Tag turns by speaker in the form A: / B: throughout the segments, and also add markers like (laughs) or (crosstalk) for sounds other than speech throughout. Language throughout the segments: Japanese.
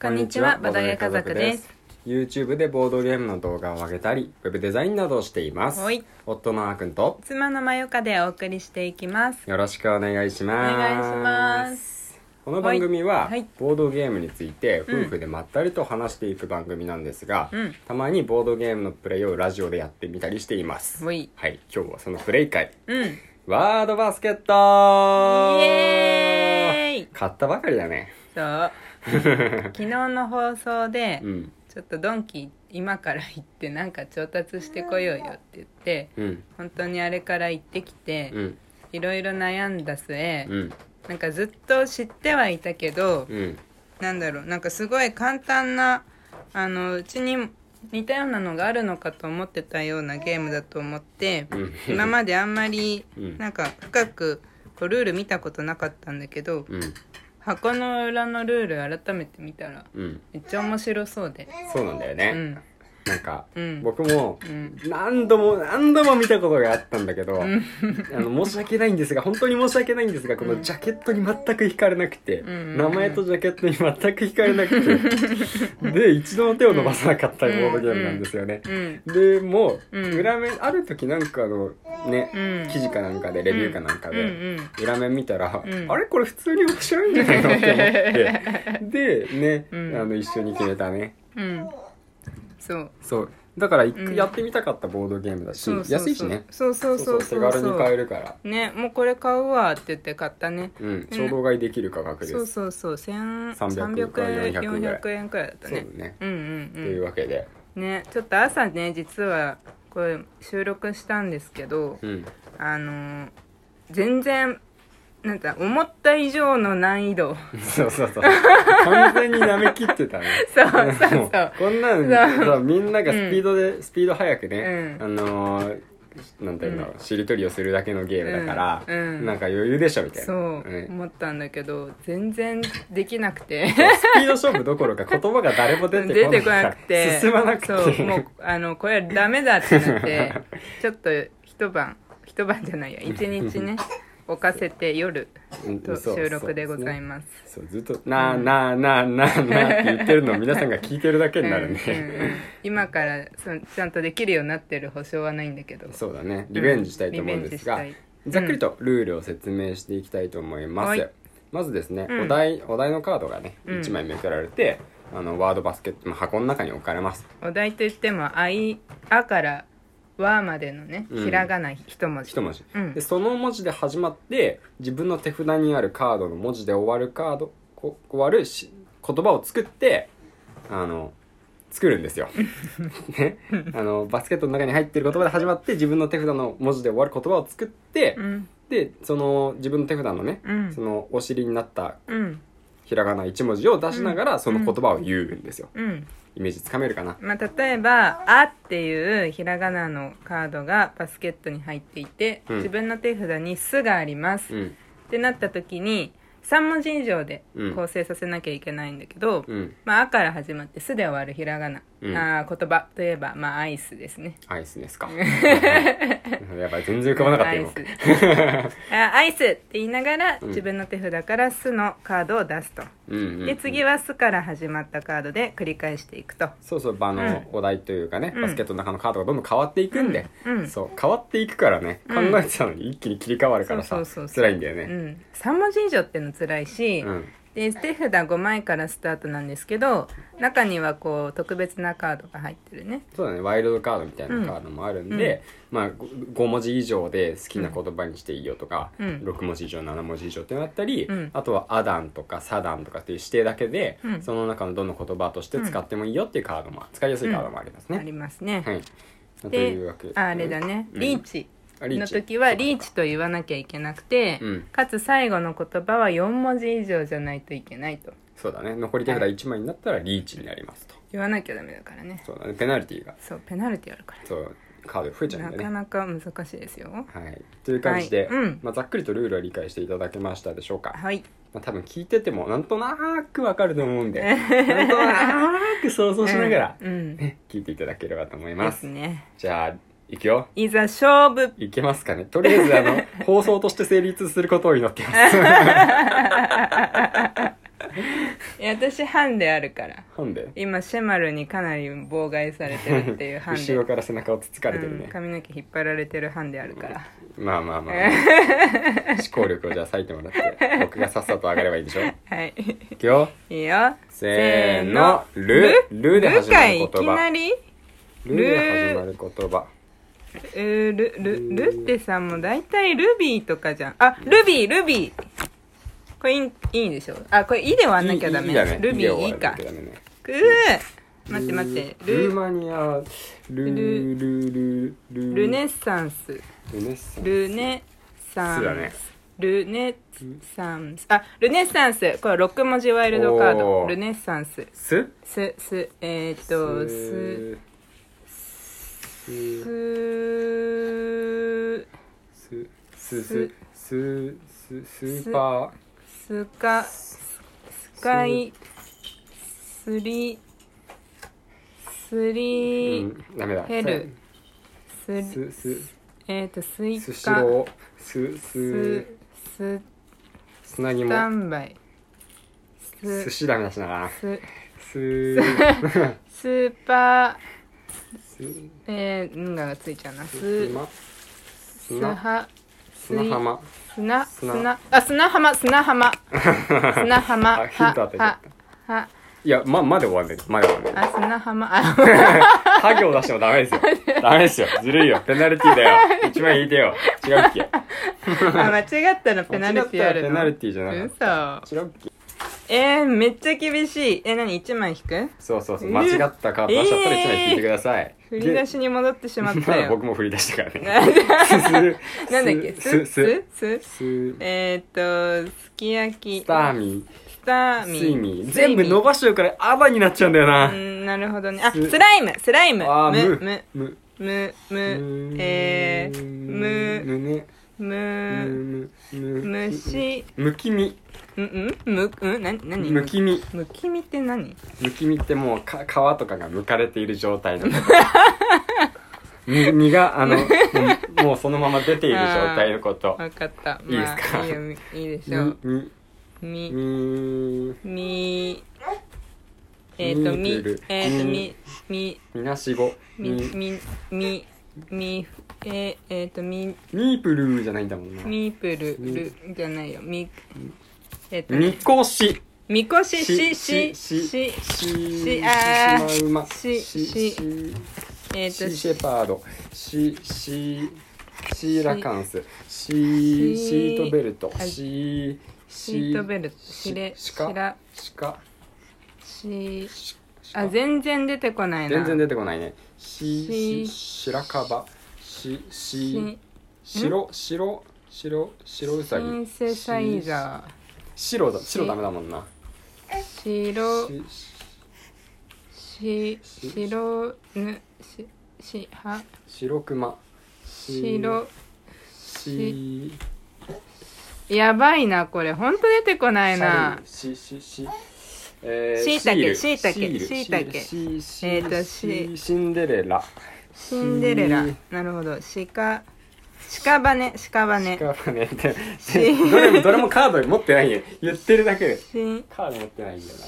A: こんにちは、バドゲ家族です。。
B: YouTube でボードゲームの動画を上げたり、ウェブデザインなどをしています。
A: はい
B: 夫のあーくんと、
A: 妻のまゆかでお送りしていきます。
B: よろしくお願いし
A: お
B: ます。
A: 願いします。
B: この番組は、
A: はいはい
B: ボードゲームについて
A: ん
B: 夫婦でまったりと話していく番組なんですが、
A: うん
B: たまにボードゲームのプレイをラジオでやってみたりしています。
A: ほい
B: はい、今日はそのプレイ会、
A: うん。イ
B: ワードバスケット
A: エーイ
B: 買ったばかりだね。
A: そう。昨日の放送で
B: う、ん、
A: ちょっとドンキ今から行ってなんか調達してこようよって言って、
B: うん、
A: 本当にあれから行ってきて
B: う、ん、
A: いろいろ悩んだ末、
B: うん、
A: なんかずっと知ってはいたけど、
B: うん、
A: なんだろうなんかすごい簡単なあのうちに似たようなのがあるのかと思ってたようなゲームだと思って
B: うん
A: 今まであんまり
B: うん
A: なんか深くこうルール見たことなかったんだけど
B: うん、
A: 箱の裏のルール改めて見たら
B: うん。
A: めっちゃ面白そうで
B: そうなんだよね。
A: うん
B: なんか、
A: うん
B: 僕も
A: うん
B: 何度も何度も見たことがあったんだけど、 (laughs) あの申し訳ないんですが本当に申し訳ないんですがこのジャケットに全く惹かれなくて、
A: んうんうん
B: 名前とジャケットに全く惹かれなく
A: (laughs)
B: てで一度も手を伸ばさなかったボードゲームなんですよね。
A: うん
B: でもう
A: うん
B: 裏面ある時なんかあのね、
A: うん
B: 記事かなんかでレビューかなんか
A: うん
B: で、
A: うん
B: 裏面見たら、
A: うん
B: あれこれ普通に面白いんじゃないのって思
A: (laughs)
B: ってでね、
A: うん
B: あの一緒に決めたね
A: うんそう
B: そうだから一
A: うん
B: 回やってみたかったボードゲームだし、
A: そうそうそう
B: 安いしね
A: そうそうそう
B: 手
A: そう
B: 軽
A: そ
B: に買え
A: う
B: るから
A: ねもうこれ買うわって言って買ったね
B: うん衝動買いできる価格です、
A: そうそうそう1300
B: 300
A: 円
B: 円
A: 400円くらいだった
B: そうだ
A: ね
B: ね、
A: うんう
B: というんわけで
A: うんねちょっと朝ね実はこれ収録したんですけど
B: うん
A: あのー全然なんか思った以上の難易
B: (laughs)
A: 度
B: そうそうそう完全に舐め切ってたね
A: (laughs) そうそうそ
B: もう
A: う
B: こんなん
A: そう
B: そうみんながスピードで、スピード速くね、
A: うん
B: あのーなんていうんだろう、しりとりをするだけのゲームだから、
A: うんうん
B: なんか余裕でしょみたいな
A: そう
B: うん
A: 思ったんだけど全然できなくて
B: スピード勝負どころか言葉が誰 (laughs) も出てこない
A: 出てこなくて
B: 進まなくて
A: そうもうあのこれダメだってなって
B: (laughs)
A: ちょっと一晩一晩じゃないや一日
B: (laughs)
A: ね置かせて夜
B: うん
A: と
B: そう
A: 収録でございます。
B: そうずっと「なあなあなあなあなあ」って言って
A: (laughs)
B: るのを皆さんが聞いてるだけにな
A: う
B: る
A: んうんうん
B: ね、
A: 今からそのちゃんとできるようになってる保証はないんだけど
B: そうだねリベンジしたいと思うんですが、
A: リベンジしたい
B: ざっくりとルールを説明していきたいと思います、
A: はい
B: まずですね、
A: うん
B: お題お題のカードがね
A: うん
B: 1枚めくられて、あのワードバスケットの箱の中に置かれます
A: お題といっても「あい」「あ」から「わ」までのね
B: うん
A: ひらがな一文字
B: 一文字、
A: うん
B: でその文字で始まって自分の手札にあるカードの文字で終わるカードこ終わるし言葉を作ってあの作る
A: (laughs)
B: んですよ、ね、あのバスケットの中に入ってる言葉で始まって自分の手札の文字で終わる言葉を作って、
A: うん
B: でその自分の手札のね、
A: うん
B: そのお尻になった
A: うん
B: ひらがな1文字を出しながらその言葉を言うんですよ、
A: うん
B: イメージつかめるかな
A: まあ例えば「あ」っていうひらがなのカードがバスケットに入っていて、
B: うん
A: 自分の手札に「す」があります、
B: う
A: っ
B: ん
A: てなった時に3文字以上で
B: うん
A: 構成させなきゃいけないんだけど、
B: うん
A: まあ、あから始まって、すで終わるひらがな。
B: うん
A: あー言葉といえば、まあ、アイスですね。
B: アイスですか (laughs) やばい全然浮かばなかった
A: (laughs) アイ
B: 今
A: スあーアイスって言いながら、
B: うん
A: 自分の手札からすのカードを出すと。
B: うんうんうん
A: で、次はすから始まったカードで繰り返していくと。
B: そうそうあの、お題というかね
A: うん
B: バスケットの中のカードがどんどん変わっていくんで、
A: うんうん
B: そう変わっていくからね考
A: うん
B: えてたのに一気に切り替わるからさ、
A: そうそうそうそう
B: 辛いんだよ
A: う
B: ね
A: ん。3文字以上っての辛いし、
B: うん
A: で、手札5枚からスタートなんですけど、中にはこう、特別なカードが入ってるね。
B: そうだねワイルドカードみたいなカードもあるんで、まあ、5, 文字以上で好きな言葉にしていいよとか、
A: うん
B: 6文字以上7文字以上ってなったり、
A: うん
B: あとはアダンとかサダンとかっていう指定だけで、
A: うん
B: その中のどの言葉として使ってもいいよっていうカードも使いやすいカードもあります
A: あ
B: ね、
A: りますね。
B: はいと
A: で
B: いうわけ
A: ああれだね、
B: うん
A: リーチ
B: あリー
A: の
B: チ
A: 時はリーチと言わなきゃいけなくて、
B: うん
A: かつ最後の言葉は4文字以上じゃないといけないと
B: そうだね残り手札1枚になったらリーチになりますと
A: 言わなきゃダメだからね
B: そうだねペナルティーが
A: そうペナルティあるか
B: そうカード増えちゃう
A: ら
B: ん
A: な
B: だ
A: か
B: よね
A: なか難しいですよ
B: はいという感じで、
A: はいうん
B: まあ、ざっくりとルールは理解していただけましたでしょうか
A: はい
B: まあ、多分聞いててもなんとなくわかると
A: (laughs)
B: 思うんでなんとなく想像しながら、
A: うん、うん
B: ね、聞いていただければと思いま
A: ですすね
B: じゃあいくよ
A: いざ勝負
B: いけますかねとりあえず
A: (laughs)
B: あの放送として成立することを祈ってます
A: いや私班であるから
B: なんで
A: 今シェマルにかなり妨害されてるっていう班で
B: (laughs) 後ろから背中をつつかれてる
A: うん
B: ね、
A: 髪の毛引っ張られてる班であるから
B: まあまあまあ、
A: (laughs)
B: 思考力をじゃあ割いてもらって僕がさっさと上がればいいでしょい
A: はい (laughs)
B: くよ
A: いいよ
B: せーのルルで
A: ル
B: 始
A: か
B: まる
A: いい
B: 言
A: きな
B: 葉
A: り
B: ルで始まる言葉
A: えールルルってさもう大体ルビーとかじゃんあルビールビーこれいいいいでしょあこれ「い」ではなきゃダメ
B: いいいいだね
A: ルビ
B: いい
A: ー
B: よ
A: いいか
B: 終わらなきゃダメね
A: くー待って待って
B: ル
A: ル
B: ーマニアルルルルル
A: ルネッサンス
B: ルネッサ
A: ル
B: ンス
A: ネサンス
B: そうだね
A: ルネサンスあルネサンスこれ6文字ワイルドカー
B: お
A: ド
B: ー
A: ルネサンス
B: ス
A: すすえー、っとす
B: ス
A: す
B: ススススススーパ
A: スカ
B: ー
A: スカイスリス
B: う
A: リ
B: んダメだ
A: ヘルスリ
B: スス
A: えー、っとスイ
B: スシ
A: カ
B: ロースス
A: スス
B: つなぎ
A: スタ
B: も
A: ンバイ
B: 寿
A: ス
B: 司ダメだしな
A: ス
B: ス
A: スーパー
B: ス
A: えー、んがついちゃうな
B: ス
A: す
B: マ
A: すはす
B: 砂
A: い
B: 浜
A: 砂
B: 砂
A: 砂あ砂浜砂浜砂浜
B: (laughs) あヒントあったじゃん
A: ははい
B: やままで終わんないまで終わんない
A: あ砂浜あ (laughs)
B: ハ行出してもダメです (laughs) よダメですよずるいよペナルティーだ (laughs) よ一枚引いてよ違うっけ
A: あ間違ったらペナルティーある
B: 間違ったら
A: の
B: ペナルティーじゃなかっ
A: 嘘
B: 違うっけ
A: えー、めっちゃ厳しいえ何一枚引く
B: そうそうそう
A: えー
B: 間違ったカード出しちゃったら一枚引いてください
A: 振り出しに戻ってしまっ
B: で
A: た
B: まだ
A: よ
B: 僕も振り出したからね (laughs) ス
A: なんだっけすす
B: スス
A: す
B: ス
A: えー、っとすき焼き
B: スターミ
A: スター
B: ー
A: ミ
B: スイミ
A: ス
B: ー
A: イ
B: 全部伸ばしちゃうからアバになっちゃうんだよ
A: う
B: なん
A: なるほどねあ
B: す
A: スライムスライム
B: あー
A: む
B: む
A: むむむ
B: む
A: えーむ
B: むね
A: む
B: むむむ
A: 虫
B: むきみ
A: うんうんむうんな何
B: むきみ
A: むきみって何
B: むきみってもうか皮とかがむかれている状態のこと (laughs) み身があのもうもうそのまま出ている状態のこと
A: わかった
B: いいですか
A: まあ、いいよみいいでしょ (laughs)
B: み
A: う
B: み
A: み
B: み
A: みえっ、ー、と
B: み
A: み
B: ーる
A: えっ、ー、と
B: み
A: みみ
B: みなしご
A: み
B: み
A: みみみえー、えっ、ー、とみ
B: ミープルーじゃないんだもんな
A: みープル
B: み
A: ルじゃないよみえっ、ー、と
B: みこし
A: みこしししし
B: ししし
A: しあー
B: しまうま
A: しし
B: し
A: えっ、
B: シ
A: ー、
B: ー
A: と
B: シェパードシシシーラカンスシー
A: シ
B: シートベルト
A: あ
B: シシ
A: シートベルトしれ
B: シ
A: し
B: カ
A: ら
B: シカ
A: し
B: シカ
A: あ全然出てこないな
B: 全然出てこないね
A: シ
B: シシラカバシシ
A: し
B: 白白白白ウサギ
A: シンセサイザ
B: シ白だ白ダメだもんな
A: ー白
B: シ
A: し白ぬししは
B: 白クマシ
A: 白
B: シ
A: やばいなこれほんと出てこないな
B: シシシえ
A: 椎茸椎茸椎茸え
B: え
A: ーとし
B: シンデレラ
A: シンデレラ
B: シ
A: なるほど鹿鹿羽鹿
B: シ
A: 羽
B: カバネって
A: シ
B: どれもどれもカード持ってないよ言ってるだけで
A: しん
B: カード持ってないんだよな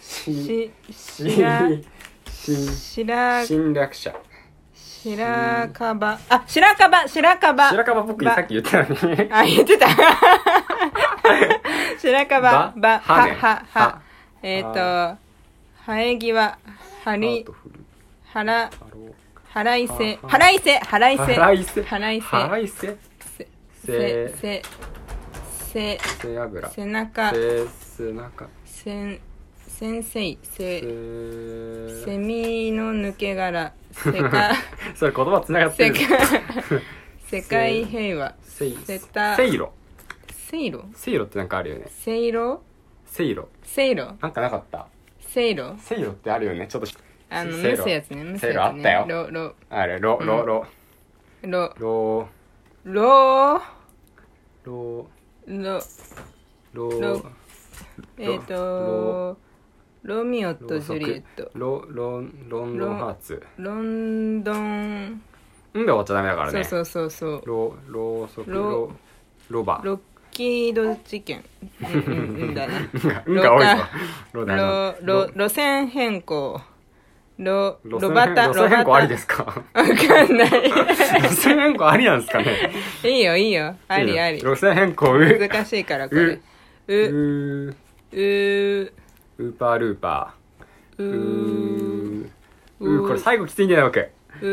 B: シ
A: ししら
B: シシ
A: しら
B: 侵略者
A: しらかばあしらかばしらかば
B: 白樺僕さっき言ったのに
A: あ言ってた (laughs) しらかばば
B: ばはね
A: はは
B: は
A: はえっと生え際はり腹腹いせ
B: は
A: 腹いせ腹いせ
B: 腹いせ
A: 腹いせ
B: 腹いせ
A: せ
B: せ
A: せせせ
B: 背脂
A: 背中
B: 背背中
A: せん先生せセ
B: せ
A: ミの抜け殻世
B: (laughs)
A: 界
B: それ言葉つながって
A: 世
B: る
A: 界世
B: (laughs)
A: 界平和
B: せい
A: せた
B: せいろ
A: せいろ
B: せいろってなんかあるよね
A: せいろ
B: せいろ
A: せいろ
B: なんかなかった
A: せいろ
B: せいろってあるよねちょっと
A: あの
B: せい
A: 蒸
B: ろ
A: すやつね蒸す
B: せいろ
A: や
B: あ
A: つ
B: っ
A: ね
B: たよ
A: ろろ
B: あれろろろ
A: ろ
B: ろ
A: ろ
B: ろ
A: ろ
B: ろ
A: ろえっとロミオとジュリエット
B: ろろロンドンハーツ
A: ロンドン
B: うんで終わっちゃダメだから
A: そう
B: ね
A: そうそうそう
B: ろろそく
A: ろ
B: ろロバ
A: ロキード事件。うん、うん、うんだね。
B: うんが多いぞ。ロダ
A: ろろ路線変更。ろ
B: 路
A: ロ
B: 線
A: バタ、。
B: 変路線変更ありですすか
A: わかんない。
B: 路線変更ありなんですかね
A: いいよ、いいよ。ありあり。
B: 路線変更う
A: 難しいから、これ。う、う、
B: う
A: うー、
B: ウーパールーパ
A: う
B: ー
A: ー、
B: うーこれ最後きついんだよ僕
A: う
B: う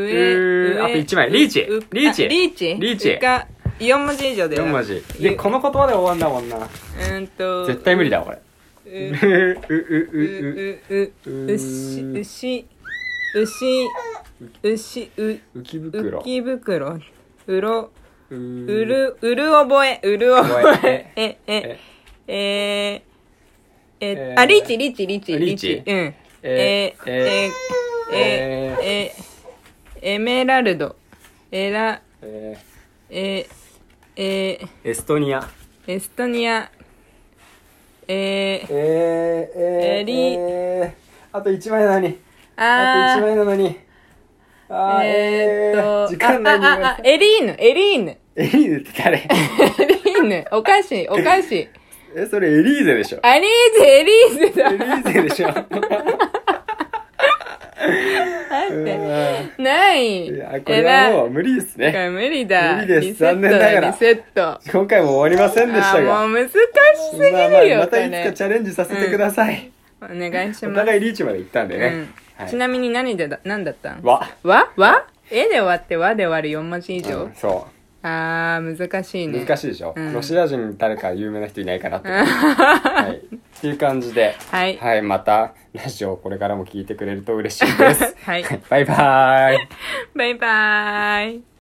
B: ーあと一枚リーチ
A: う
B: リーチ
A: あリーチ
B: リーチ
A: が4文字以上だよ
B: 4文字でこの言葉で終わんだもんな
A: うーんと
B: 絶対無理だわこれ
A: うう
B: ううう
A: う
B: うう
A: うううしうしうしうしう
B: 浮き
A: う
B: 袋
A: き袋うろ
B: う
A: う
B: う
A: るうる覚えうる覚えええ
B: え
A: えーえ
B: え
A: あリーチリーチリーチ
B: リーチ
A: うんえ
B: え
A: ーえーえ
B: え
A: ーえーエメラルドエラ
B: え
A: えーえー
B: エストニア
A: エストニア、えー、
B: えー、えー、
A: えり
B: えーあと1枚なのにあ
A: あ
B: と1
A: ー、
B: 枚なのにあー
A: えーっと、
B: 時間内に
A: あ、あ、あ、エリーヌ、エリーヌ、 (laughs)
B: エリーゼって誰
A: エ
B: (laughs)
A: リーヌ、お菓子、お菓子。
B: えそれエリーゼでしょ
A: アリーゼ、エリーゼだ。
B: エリ
A: 待
B: ー
A: (laughs)
B: ゼでしょう
A: っ
B: ん
A: て、ない。
B: いやこれはもう無理です
A: えら
B: ね
A: い無理だ。
B: 無理です
A: リセットだ
B: 残念ながら
A: リセット。あ
B: 今回も終わりませんでした
A: ー、
B: が
A: もう難しすぎるよ、
B: まあまあま
A: こ
B: たいつか
A: れ
B: チ。ャレンジさせてください、
A: お願いし
B: お
A: ます。
B: 互いリーチまで行ったんでね、
A: うん
B: はい
A: ちなみに何でだ、何だったん
B: わ、
A: わわえで終わって、わで終わる4文字以上
B: うん。そ
A: あー、難しいうね。
B: 難しいでしょ、
A: うん
B: ロシア人誰か有名な人いないかな
A: (laughs)
B: って、はい、っていう感じで
A: はい
B: はい、またラジオをこれ (laughs) からも聞いてくれると嬉しいです
A: はい
B: バイバーイ
A: 拜拜。